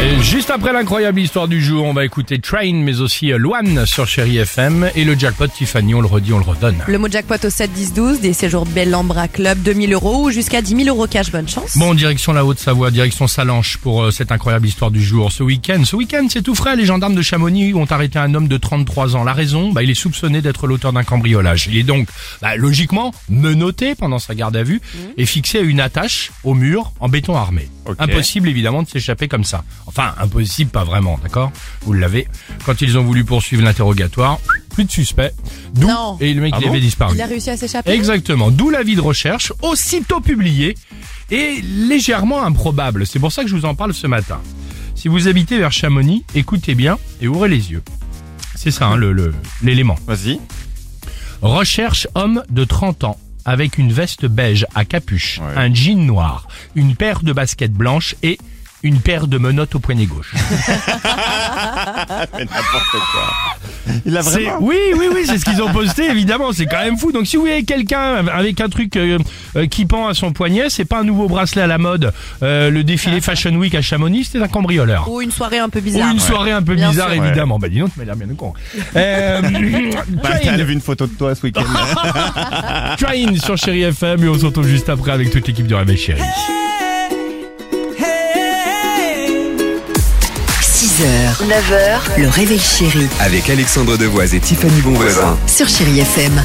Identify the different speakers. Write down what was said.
Speaker 1: Et juste après l'incroyable histoire du jour, on va écouter Train, mais aussi euh, Loane sur Chéri FM et le jackpot Tiffany. On le redit, on le redonne.
Speaker 2: Le mot jackpot au 7 10 12 des séjours Bellambra Club 2000 euros ou jusqu'à 10 000 euros cash bonne chance.
Speaker 1: Bon, direction la Haute-Savoie, direction Salanches pour euh, cette incroyable histoire du jour. Ce week-end, ce week-end, c'est tout frais. Les gendarmes de Chamonix ont arrêté un homme de 33 ans. La raison, bah, il est soupçonné d'être l'auteur d'un cambriolage. Il est donc, bah, logiquement, menotté pendant sa garde à vue
Speaker 2: Mm.
Speaker 1: et fixé à une attache au mur en béton armé. Impossible, évidemment, de s'échapper comme ça. Enfin, impossible, pas vraiment, d'accord Vous l'avez. Quand ils ont voulu poursuivre l'interrogatoire, plus de suspect. D'où
Speaker 2: Non.
Speaker 1: Et le mec, il avait disparu.
Speaker 2: Il a réussi à s'échapper.
Speaker 1: Exactement, d'où l'avis de recherche, aussitôt publié et légèrement improbable. C'est pour ça que je vous en parle ce matin. Si vous habitez vers Chamonix, écoutez bien et ouvrez les yeux. C'est ça, hein, le- le- l'élément.
Speaker 3: Vas-y.
Speaker 1: Recherche homme de 30 ans avec une veste beige à capuche,
Speaker 3: Ouais.
Speaker 1: un jean noir, une paire de baskets blanches et une paire de menottes au poignet gauche.
Speaker 3: Mais n'importe quoi. Il a
Speaker 1: C'est-
Speaker 3: vraiment.
Speaker 1: Oui, oui, oui, c'est ce qu'ils ont posté, évidemment. C'est quand même fou. Donc, si vous voyez quelqu'un avec un truc euh, euh, qui pend à son poignet, c'est pas un nouveau bracelet à la mode. Euh, le défilé Fashion Week à Chamonix, c'est un cambrioleur.
Speaker 2: Ou une soirée un peu
Speaker 1: Ou
Speaker 2: bizarre.
Speaker 1: une soirée un peu
Speaker 2: Bien
Speaker 1: bizarre,
Speaker 3: sûr.
Speaker 1: évidemment. Bah, dis donc, tu m'as l'air bien de con. Euh,
Speaker 3: Bah,
Speaker 1: Train,
Speaker 3: t'as vu une photo de toi ce week-end.
Speaker 1: Train sur Chéri FM et on se retrouve juste après avec toute l'équipe du Réveil Chéri.
Speaker 4: 6h, 9h, le réveil chéri
Speaker 5: Avec Alexandre Devoise et Tiffany Bonvoisin.
Speaker 4: sur Chéri FM.